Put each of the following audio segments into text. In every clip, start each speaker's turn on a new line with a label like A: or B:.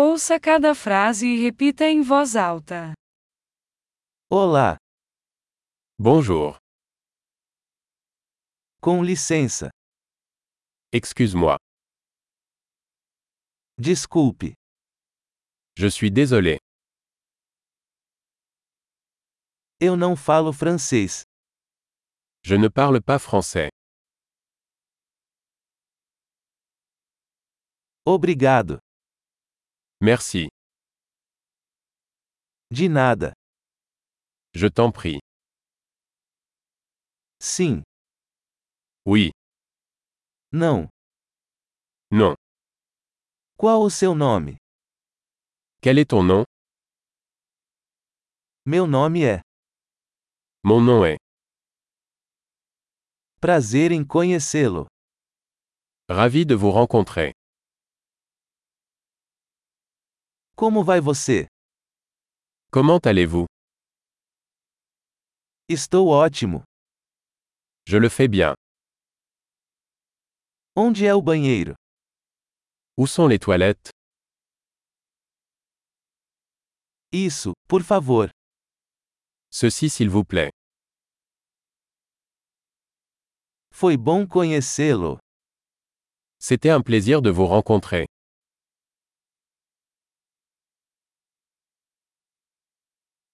A: Ouça cada frase e repita em voz alta.
B: Olá,
C: Bonjour.
B: com licença.
C: Excuse-moi.
B: Desculpe.
C: Je suis désolé.
B: Eu não falo francês.
C: Je ne parle pas français.
B: Obrigado.
C: Merci.
B: De nada.
C: Je t'en prie.
B: Sim.
C: Oui.
B: Não.
C: Non.
B: Qual o seu nome?
C: Quel est ton nom
B: Meu nome é.
C: Mon nom est.
B: Prazer em conhecê-lo.
C: Ravi de vous rencontrer.
B: Como vai você?
C: Comment allez-vous
B: Estou ótimo.
C: Je le fais bien.
B: Onde é o banheiro?
C: Où sont les toilettes
B: Isso, por favor.
C: Ceci s'il vous plaît.
B: Foi bom conhecê-lo.
C: C'était un plaisir de vous rencontrer.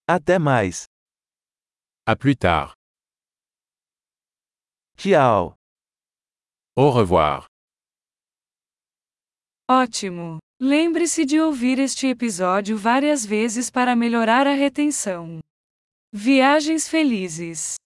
B: Até mais.
C: À plus tard.
B: Tchau.
C: Au revoir.
A: Ótimo! Lembre-se de ouvir este episódio várias vezes para melhorar a retenção. Viagens felizes!